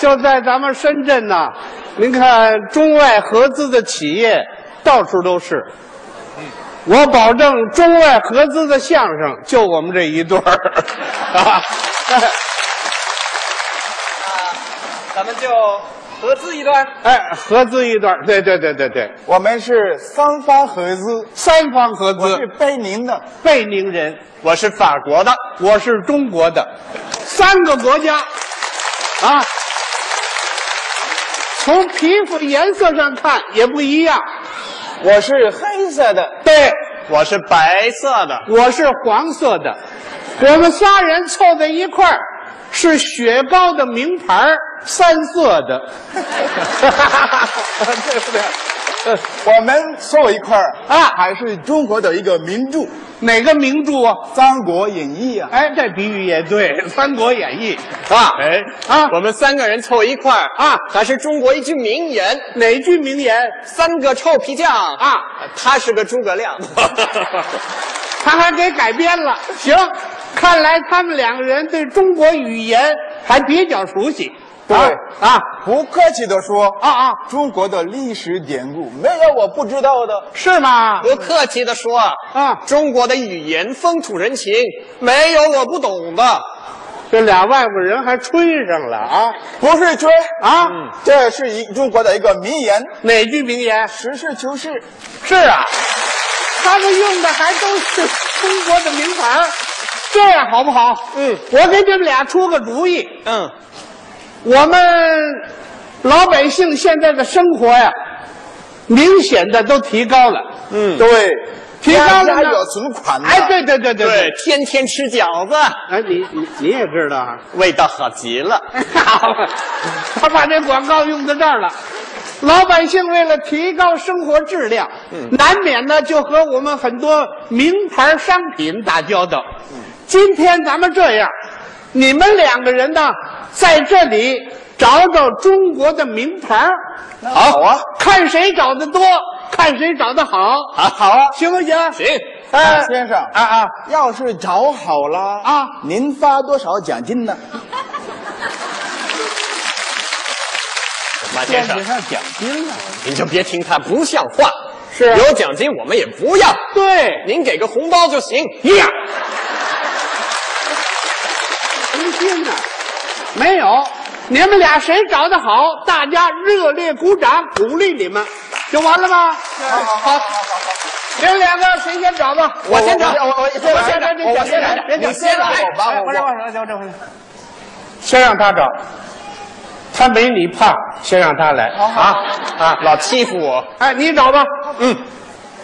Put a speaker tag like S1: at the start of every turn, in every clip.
S1: 就在咱们深圳呐、您看中外合资的企业到处都是。我保证，中外合资的相声就我们这一对儿， 啊，
S2: 咱们就合资一段。
S1: 哎，合资一对儿，对对对对对，
S3: 我们是三方合资，
S1: 三方合
S3: 我是
S1: 资。
S3: 贝宁的，
S1: 贝宁人，
S2: 我是法国的，
S1: 我是中国的，三个国家，啊，从皮肤颜色上看也不一样。
S3: 我是黑色的，
S1: 对，
S2: 我是白色的，
S1: 我是黄色的，我们仨人凑在一块儿是雪糕的名牌儿三色的，对不对？
S3: 我们凑一块儿
S1: 啊
S3: 还是中国的一个名著《
S1: 哪个名著啊？
S3: 三国演义》啊。
S1: 哎，这比喻也对，《 三国演义》啊，
S2: 哎
S1: 啊
S2: 我们三个人凑一块儿
S1: 啊
S2: 那是中国一句名言
S1: 哪句名言？：“
S2: 三个臭皮 匠
S1: 啊，
S2: 他是个诸葛亮。
S1: 他还给改编了。行，看来他们两个人对中国语言还比较熟悉。
S3: 对
S1: 啊
S3: 不客气的说
S1: 啊啊，
S3: 中国的历史典故没有我不知道的。
S1: 是吗？
S2: 不客气的说
S1: 啊
S2: 中国的语言、风土人情，没有我不懂的。
S1: 这俩外国人还吹上了啊
S3: 不是吹，
S1: 啊！
S3: 这是一中国的一个名言，
S1: 哪句名言？
S3: 实事求是。
S1: 是啊，他们用的还都是中国的名牌儿这样好不好？
S2: 嗯，
S1: 我给你们俩出个主意，
S2: 嗯，
S1: 我们老百姓现在的生活呀，明显的都提高了。
S2: 嗯
S3: 对，
S1: 提高了呢
S3: 家家有存款啊呐
S1: 哎，对对对对
S2: 对，，天天吃饺子，
S1: 哎，你你你也知道啊？
S2: 味道好 极了。
S1: 他把这广告用到这儿了。老百姓为了提高生活质量，难免呢就和我们很多名牌商品打交道。今天咱们这样，你们两个人呢在这里找找中国的名牌，
S3: 好啊，
S1: 看谁找的多，看谁找的好，
S2: 啊，好啊，
S1: 行不行？
S2: 行，
S1: 哎
S3: 啊先生
S1: 啊啊，
S3: 要是找好了
S1: 啊
S3: 您发多少奖金呢？
S2: 马先生，
S3: 上奖金呢？
S2: 您就别听他不像话。
S1: 是啊
S2: 有奖金我们也不要，
S1: 对，
S2: 您给个红包就行。
S1: 呀，真心呐，没有，你们俩谁找的好，大家热烈鼓掌鼓励你们，就完了吗？好好好，你们两个谁先找吧？
S2: 我先找
S3: 我我我
S1: 我先找，
S3: 我我先找
S1: 别
S3: 你先找我
S2: 哎
S3: 吧我
S1: 我我我我先让他找，他没你胖，先让他来
S3: 好好
S1: 啊啊！
S2: 老欺负我，
S1: 哎，你找吧，
S2: 嗯，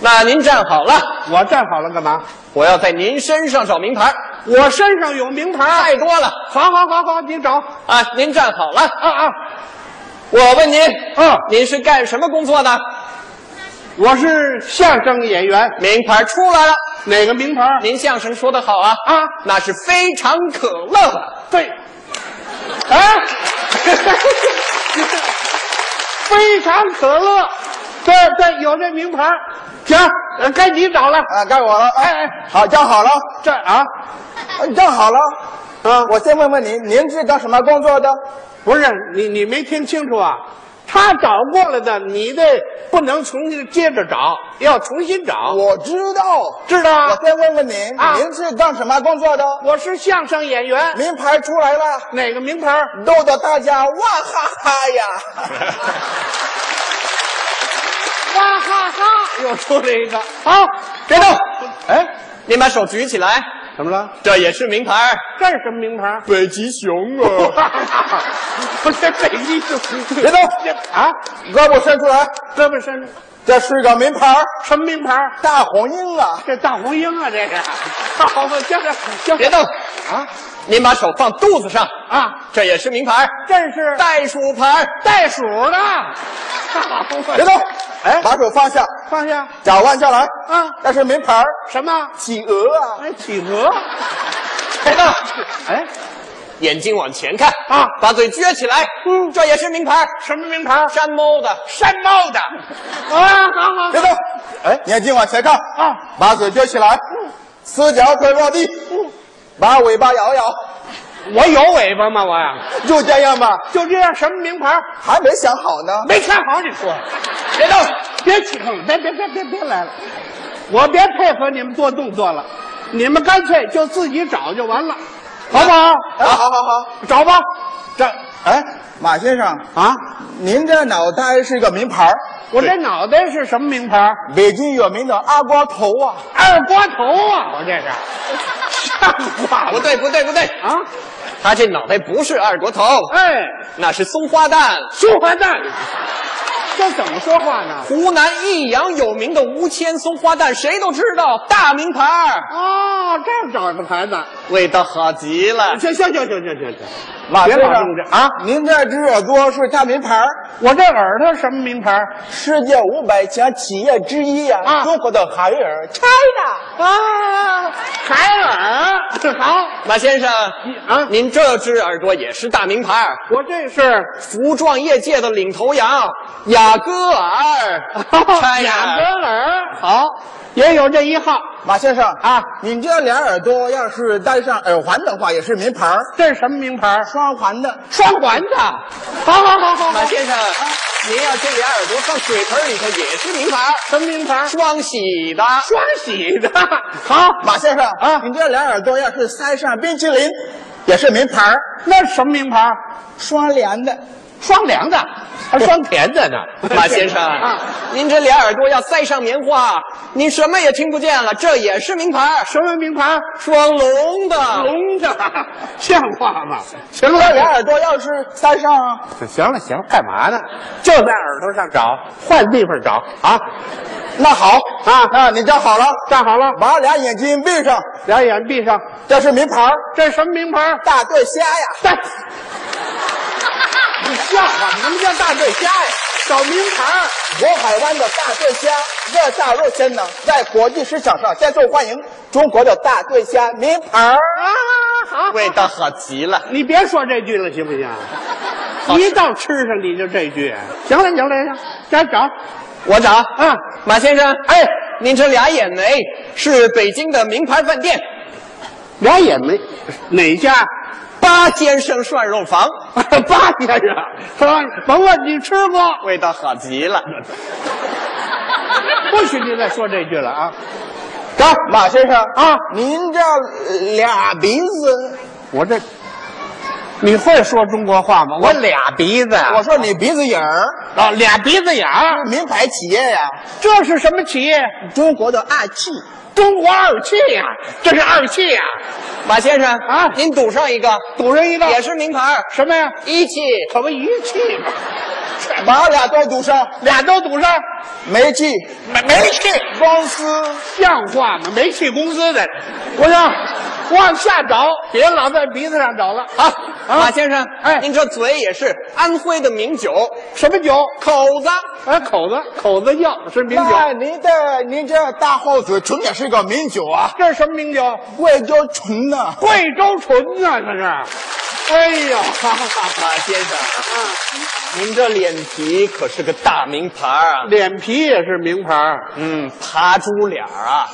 S2: 那您站好了，
S1: 我站好了干嘛？
S2: 我要在您身上找名牌，
S1: 我身上有名牌
S2: 太，多了
S1: 好好好好，你找
S2: 啊！您站好了，
S1: 啊啊！
S2: 我问您，
S1: 嗯
S2: 您是干什么工作的？
S1: 我是相声演员，
S2: 名牌出来了，
S1: 哪个名牌？
S2: 您相声说得好啊
S1: 啊
S2: 那是非常可乐，
S1: 对，哎， 非常可乐，对对，有这名牌。行，呃该你找了。
S3: 啊，该我了。
S1: 哎哎，
S3: 好，站好了，
S1: 这啊，
S3: 哎站好了。啊，我先问问您，您是干什么工作的？
S1: 不是你你没听清楚啊？他找过了的，你这不能重新接着找，要重新找，
S3: 我知道。
S1: 知道
S3: 我
S1: 啊？
S3: 先问问您，
S1: 啊
S3: 您是干什么工作的？
S1: 我是相声演员，
S3: 名牌出来了，
S1: 哪个名牌？
S3: 逗得大家哇哈哈呀！
S1: 哇哈哈，又出来一个。好，别动。哎，
S2: 您把手举起来，
S1: 怎么了？
S2: 这也是名牌，
S1: 这是什么名牌？
S2: 北极熊啊。
S1: 不是北极熊。
S3: 别动，
S1: 啊，
S3: 胳膊伸出来，
S1: 胳膊伸出，
S3: 这是个名牌，
S1: 什么名牌？
S3: 大红鹰啊！
S1: 这大红鹰啊，这个。好嘛，行行行，
S2: 别动
S1: 啊
S2: 您把手放肚子上，
S1: 啊！
S2: 这也是名牌，
S1: 这是
S2: 袋鼠牌。
S1: 袋鼠的。好嘛
S3: 别动，
S1: 哎
S3: 把手放下，
S1: 放下
S3: 脚弯下来。
S1: 啊
S3: 那是名牌，
S1: 什么？
S3: 企鹅啊！
S1: 哎，企鹅。
S2: 别动，
S1: 哎，
S2: 眼睛往前看
S1: 啊
S2: 把嘴撅起来。
S1: 嗯
S2: 这也是名牌，
S1: 什么名牌？
S2: 山猫的。
S1: 山猫的。啊，好好
S3: 别动，哎，嗯眼睛往前看，
S1: 啊。
S3: 嗯把嘴撅起来，四条腿落地，把尾巴摇摇，
S1: 我有尾巴吗？我呀，
S3: 就这样吧，
S1: 就这样，什么名牌
S3: 还没想好呢。
S1: 没看好？你说，别动，
S3: 啊
S1: 别起哄，别别别别别来了，我别配合你们做动作了，你们干脆就自己找就完了，好不好？
S3: 啊，好好好，
S1: 找吧，
S3: 这，哎，马先生，
S1: 啊，
S3: 您这脑袋是个名牌儿，
S1: 我这脑袋是什么名牌？
S3: 北京有名的二锅头啊。
S1: 二锅头啊，我这是，像话
S2: 不
S1: 吗？
S2: 对，不对，不对，
S1: 啊，
S2: 他这脑袋不是二锅头，
S1: 哎，
S2: 那是松花蛋，
S1: 书花蛋，这怎么说话呢？
S2: 湖南益阳有名的吴谦松花蛋，谁都知道，大名牌儿，
S1: 哦，这儿找的牌子，
S2: 味道好极了。
S1: 行行行行行行行，
S3: 马
S1: 别
S3: 先
S1: 老弄这
S3: 生
S1: 啊！
S3: 您这只耳朵是大名牌儿，
S1: 我这耳朵什么名牌儿
S3: 世界五百强企业之一呀、
S1: 啊
S3: 中国的海尔。
S1: 啊？海尔，好，
S2: 马先生，
S1: 啊
S2: 您这只耳朵也是大名牌儿，
S1: 我这是，
S2: 服装业界的领头羊，雅戈尔拆
S1: 雅
S2: 呀，
S1: 戈尔，
S2: 好，
S1: 也有这一号，
S3: 马先生
S1: 啊
S3: 你这俩耳朵要是戴上耳环的话，也是名牌儿，
S1: 这是什么名牌儿？
S3: 双环的。
S1: 双环的，好好好好好
S2: 马，先生，您要这俩耳朵放水盆里头也是名牌儿，
S1: 什么名牌儿？
S2: 双喜的，
S1: 双喜的，好，
S3: 马先生
S1: 啊
S3: 你这俩耳朵要是塞上冰淇淋，也是名牌儿，
S1: 那什么名牌儿？
S3: 双联的。
S1: 双凉的，还双甜的呢。
S2: 马先生
S1: 啊，
S2: 您这俩耳朵要塞上棉花，您什么也听不见了，这也是名牌儿，
S1: 什么名牌？
S2: 双龙的，
S1: 龙的， 像话吗？行
S3: 这俩耳朵要是塞上啊
S1: 行了行了，干嘛呢？就在耳朵上找，换地方找啊！
S3: 那好
S1: 啊
S3: 那你这好了，
S1: 站好了，
S3: 把俩眼睛闭上，
S1: 两眼闭上，
S3: 这是名牌儿，
S1: 这是什么名牌？
S3: 大对虾呀。
S1: 大，你笑话，什么叫大对虾呀？找名牌，
S3: 渤海湾的大对虾，这大肉鲜呢，在国际市场上深受欢迎。中国的大对虾名牌儿，
S1: 啊，好，
S2: 味道好极了。
S1: 你别说这句了，行不行？一到吃上你就这句，行了行了行了，该找
S2: 我找
S1: 啊，
S2: 马先生，哎，您这俩眼眉是北京的名牌饭店
S1: 俩眼没哪家？
S2: 八先生涮肉房，
S1: 八先生，说甭问你吃过，
S2: 味道好极了。
S1: 不许你再说这句了啊！
S3: 走，马先生
S1: 啊
S3: 您这呃俩鼻子，
S1: 我这，你会说中国话吗？我俩鼻子，
S3: 我说你鼻子眼儿，
S1: 啊，俩鼻子眼儿，
S3: 名牌企业呀，
S1: 这是什么企业？
S3: 中国的二汽，
S1: 中国二汽呀、这是二汽呀、
S2: 马先生
S1: 啊
S2: 您赌上一个，
S1: 赌人一道
S2: 也是名牌儿
S1: 什么呀？
S2: 一汽。
S1: 可不一汽吗？
S3: 把俩都堵上，
S1: 俩都赌上，
S3: 煤气
S1: 没没气，
S3: 公司。
S1: 像话吗？煤气公司的，我想往下找，别老在鼻子上找了
S2: 好，
S1: 啊
S2: 马先生，
S1: 哎
S2: 您这嘴也是安徽的名酒
S1: 什么酒？
S2: 口 子，
S1: 哎，口子，口子药是名酒。
S3: 那您的您这大厚嘴唇也是个名酒啊，
S1: 这是什么名酒？
S3: 贵州纯呐。
S1: 贵州纯呐、这是。哎呀，
S2: 马先生，嗯您这脸皮可是个大名牌儿啊，
S1: 脸皮也是名牌儿，
S2: 嗯，爬猪脸儿啊，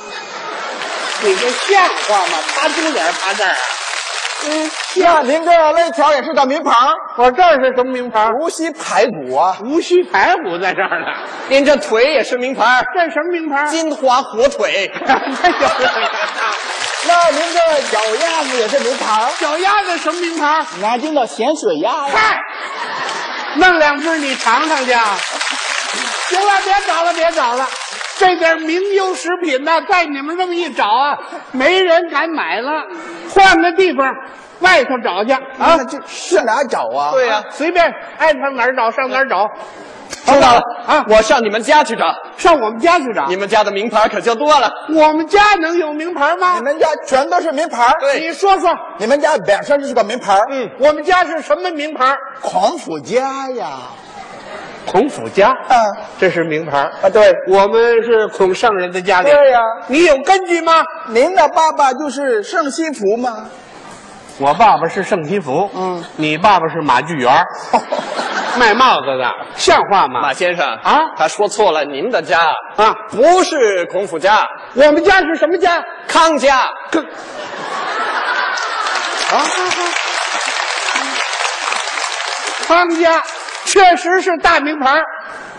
S1: 你这像话吗？爬猪脸爬这儿啊？
S3: 那您这肋条也是个名牌儿，
S1: 我这儿是什么名牌儿？
S3: 无锡排骨啊。
S1: 无锡排骨在这儿呢。
S2: 您这腿也是名牌 儿，
S1: 这是什么名牌儿？
S2: 金华火腿。
S1: 这有
S3: 那您这脚丫子也是名牌儿，
S1: 小鸭子什么名牌儿？
S3: 南京的咸水鸭呀。
S1: 嗨，弄两只你尝尝去啊。行了，别找了，别找了。这点名优食品呐、在你们这么一找啊，没人敢买了。换个地方，外头找去啊
S3: 啊，。这上哪找啊？
S2: 对呀、
S1: 随便爱上哪儿找上哪儿找，
S2: 知道了
S1: 啊
S2: 我上你们家去找，
S1: 上我们家去找
S2: 你。们家的名牌儿可就多了。
S1: 我们家能有名牌吗
S3: 你？们家全都是名牌儿。
S2: 对
S1: 你说说，
S3: 你们家本身就是个名牌嗯，
S1: 嗯，我们家是什么名牌？
S3: 孔府家呀。
S1: 孔府家，
S3: 嗯
S1: 这是名牌。
S3: 啊，对，
S1: 我们是孔圣人的家里。
S3: 对呀
S1: 你有根据吗？
S3: 您的爸爸就是盛西福吗？
S1: 我爸爸是盛西福，
S3: 嗯，
S1: 你爸爸是马聚 元，卖帽子的，像话吗
S2: 马？先生
S1: 啊
S2: 他说错了，您的家
S1: 啊，
S2: 不是孔府家，
S1: 我们家是什么家？
S2: 康家。
S1: 跟啊，康家确实是大名牌儿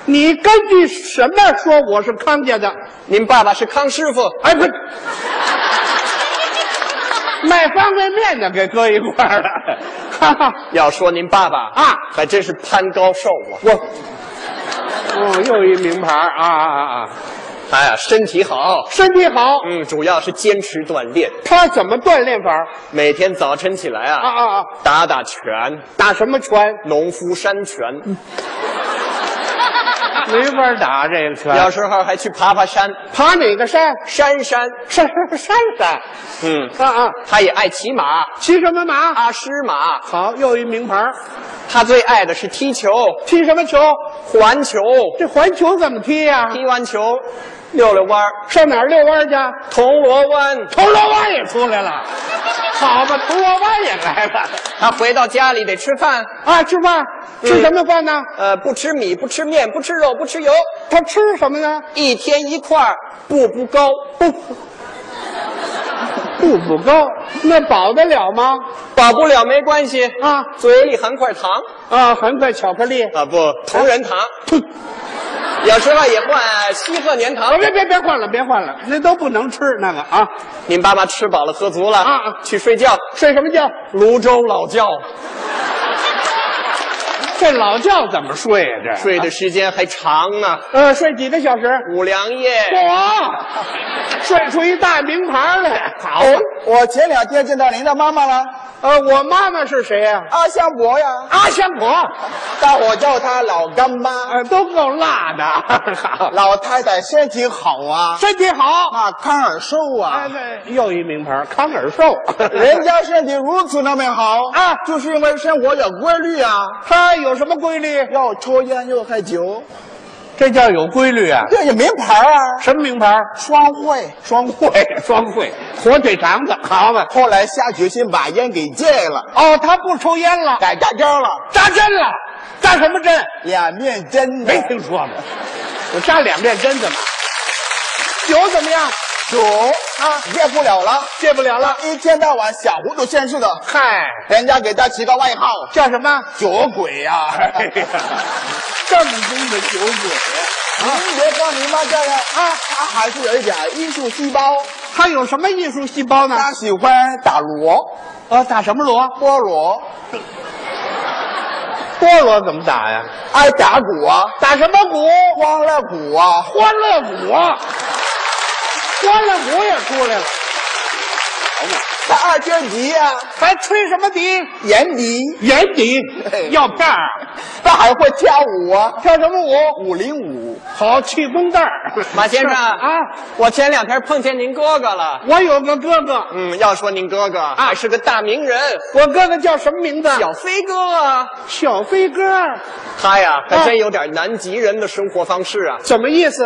S1: 你根据什么说我是康家的？
S2: 您爸爸是康师傅，
S1: 哎， 不是，卖方便面的给搁一块儿了，哈哈，
S2: 要说您爸爸
S1: 啊
S2: 还真是攀高寿啊！
S1: 我，哦，又一名牌儿啊啊啊啊！
S2: 哎呀，身体好，
S1: 身体好，
S2: 嗯，主要是坚持锻炼，
S1: 他怎么锻炼法儿？
S2: 每天早晨起来
S1: 啊
S2: 啊，
S1: 啊啊！
S2: 打打拳，
S1: 打什么拳？
S2: 农夫山泉，
S1: 没法打这个拳
S2: 有时候还去爬爬山，
S1: 爬哪个山？
S2: 山山，
S1: 山山山
S2: 嗯，
S1: 啊啊！
S2: 他也爱骑马，
S1: 骑什么马？
S2: 啊，狮马，
S1: 好，又一名牌儿
S2: 他最爱的是踢球、
S1: 踢什么球？
S2: 环球，
S1: 这环球怎么踢呀、
S2: 踢完球溜溜弯儿
S1: 上哪儿遛弯去？
S2: 铜锣湾。
S1: 铜锣湾也出来了，好吧，铜锣湾也来了。
S2: 他回到家里得吃饭，
S1: 啊，吃饭
S2: 嗯
S1: 吃什么饭呢？
S2: 呃，不吃米，不吃面，不吃肉，不吃油，
S1: 他吃什么呢？
S2: 一天一块儿，步步高，
S1: 不，步步高，那饱得了吗？
S2: 饱不了没关系，
S1: 啊
S2: 嘴里含块糖
S1: 啊，含块巧克力。
S2: 啊，不，同仁堂，
S1: 呸！
S2: 有时候也换西鹤年
S1: 啊，
S2: 糖。
S1: 别别别换了，别换了，那都不能吃那个啊。
S2: 您爸爸吃饱了喝足了
S1: 啊啊
S2: 去睡觉。啊
S1: 睡什么觉？
S2: 泸州老窖
S1: 这老觉怎么睡呀、这
S2: 睡的时间还长呢，
S1: 呃，睡几个小时？
S2: 五粮液
S1: 嚯，睡出一大名牌来。好
S3: 哎，我前两天见到您的妈妈了，
S1: 呃，我妈妈是谁呀、
S3: 阿香伯呀，
S1: 阿香婆，
S3: 大伙叫她老干妈。
S1: 呃，都够辣的。 好，
S3: 老太太身体好啊，
S1: 身体好。
S3: 啊，康尔寿
S1: 哎，
S3: 啊，
S1: 那又一名牌，康尔寿。
S3: 人家身体如此那么好
S1: 啊
S3: 就是因为生活有规律啊，
S1: 他有什么规律？
S3: 又抽烟又喝酒，
S1: 这叫有规律啊！
S3: 这也名牌啊，
S1: 什么名牌？
S3: 双汇。
S1: 双汇， 双汇，火腿肠子，好吧？
S3: 后来下决心把烟给戒了，
S1: 哦，他不抽烟了，
S3: 改扎针了，
S1: 扎针了，扎什么针？
S3: 两面针的哎
S1: 没听说过，我扎两面针怎么？酒怎么样？
S3: 酒啊，戒不了了，
S1: 戒不了了。
S3: 一天到晚想糊涂现世的，
S1: 嗨，
S3: 人家给他起个外号
S1: 叫什么？
S3: “酒鬼、啊呀！
S1: 哎呀，正宗的酒鬼
S3: 您啊别看您妈这样啊，他还是有一点艺术细胞，
S1: 他有什么艺术细胞呢？
S3: 他喜欢打锣、
S1: 哦，打什么锣？
S3: 菠萝，
S1: 菠萝怎么打呀？
S3: 爱打鼓啊，
S1: 打什么鼓？
S3: 欢乐鼓啊，
S1: 欢乐鼓啊，欢乐鼓也出来了，
S3: 他爱吹笛啊，
S1: 还吹什么笛？
S3: 演笛，
S1: 眼笛
S3: 嘿
S1: 要片儿，
S3: 他还会跳舞啊，
S1: 跳什么舞？
S3: 舞零舞。
S1: 好，气功带儿。
S2: 马先 生
S1: 啊，
S2: 我前两天碰见您哥哥了。
S1: 我有个哥哥，
S2: 嗯，要说您哥哥啊，还是个大名人，
S1: 我哥哥叫什么名字？
S2: 小飞哥啊。
S1: 小飞哥，
S2: 他呀，还真有点南极人的生活方式啊。
S1: 什么意思？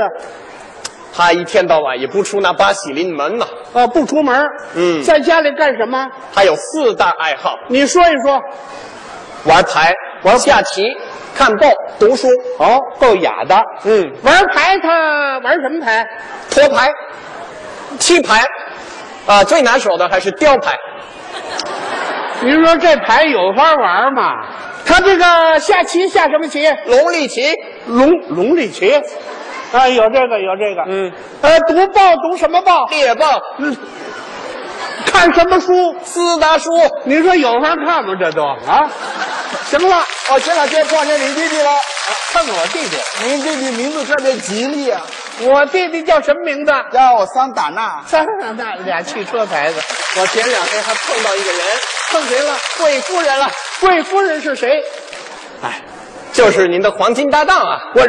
S2: 他一天到晚也不出那八喜临门呐、
S1: 呃，不出门，
S2: 嗯
S1: 在家里干什么？
S2: 他有四大爱好：
S1: 你说一说。
S2: 玩牌、玩下棋、看报、读书。
S1: 哦，够雅的。
S2: 嗯，
S1: 玩牌他玩什么牌？
S2: 托牌、七牌，啊、最拿手的还是雕牌。
S1: 您说这牌有法玩吗？他这个下棋下什么棋？
S2: 龙力棋，
S1: 龙龙里棋。啊，有这个有这个。
S2: 嗯，
S1: 呃，读报读什么报？
S2: 猎豹、
S1: 看什么书？
S2: 斯达书。
S1: 您说有法看吗？这都啊，行了，
S3: 我前两天碰见您弟弟了，
S1: 看看我弟弟。
S3: 您弟弟名字特别吉利啊，
S1: 我弟弟叫什么名字？
S3: 叫桑塔纳。
S1: 三上大俩汽车牌子，
S2: 我前两天还碰到一个人，
S1: 碰谁了？
S2: 贵夫人了，哎
S1: 贵夫人是谁？
S2: 就是您的黄金搭档啊。
S1: 我，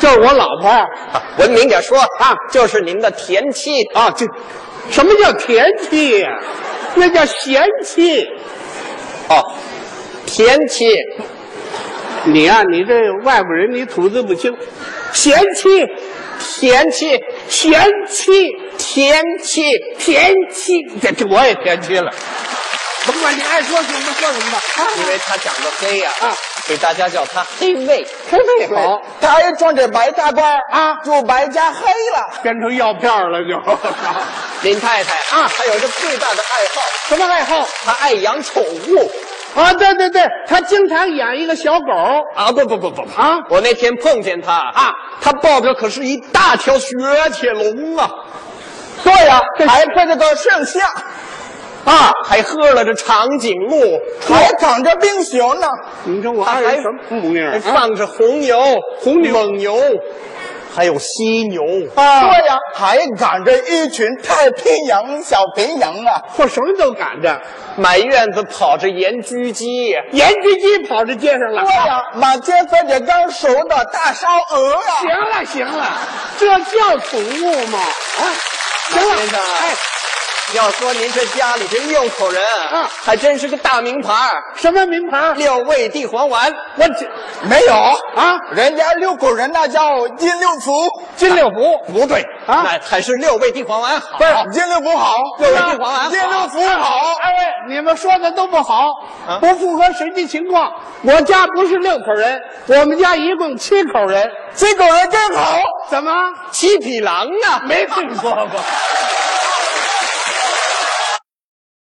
S1: 就是我老婆呀、
S2: 啊文明点说
S1: 啊
S2: 就是您的田妻。
S1: 啊，这什么叫田妻呀、那叫贤妻。
S2: 哦，田妻，
S1: 你呀、你这外国人，你吐字不清。贤妻，
S2: 田妻，
S1: 贤妻，
S2: 田妻，
S1: 田妻，这这我也田妻了。甭管你爱说什么说什么吧。啊
S2: 因为他长得黑呀、
S1: 啊
S2: 所以大家叫他黑妹。
S1: 黑妹好，
S3: 他一穿着白大褂儿
S1: 啊
S3: 就白加黑了。
S1: 变成药片了就。
S2: 林太太
S1: 啊
S2: 她有一个最大的爱好，
S1: 什么爱好？
S2: 她爱养宠物
S1: 啊，对对对，他经常养一个小狗
S2: 啊！不不不不不
S1: 啊
S2: 我那天碰见她啊，她抱着可是一大条雪铁龙啊，
S3: 对 呀、还配了个圣像，
S2: 啊，还喝了这长颈 鹿，
S1: 哎
S3: 还躺着冰熊呢。
S1: 你说我
S2: 她
S1: 爱
S2: 还
S1: 人什么模样
S2: 还
S1: 啊？
S2: 放着红牛、红牛、蒙牛，还有犀牛。
S1: 啊
S3: 对呀、还赶着一群太平洋小绵羊啊！
S1: 我什么都赶着，
S2: 满院子跑着盐焗鸡，
S1: 盐焗鸡跑这街上了
S3: 对。呀、满街飞着刚熟的大烧鹅啊！
S1: 行了行了，这叫宠物吗？啊，行了，
S2: 先生
S1: 哎，
S2: 要说您这家里这六口人，
S1: 嗯
S2: 还真是个大名牌儿
S1: 什么名牌儿？
S2: 六味地黄丸，
S1: 我这
S3: 没有
S1: 啊，
S3: 人家六口人那叫金六福，
S1: 金六福
S2: 不对
S1: 啊
S2: 那还是六味地黄丸好。
S3: 不是金六福好，
S2: 六味地黄丸好
S3: 金六福好。
S1: 哎喂，你们说的都不好，
S2: 啊
S1: 不符合实际情况。我家不是六口人，我们家一共七口人。
S3: 这口人真好，
S1: 怎么
S2: 七匹狼啊，
S1: 没听说过？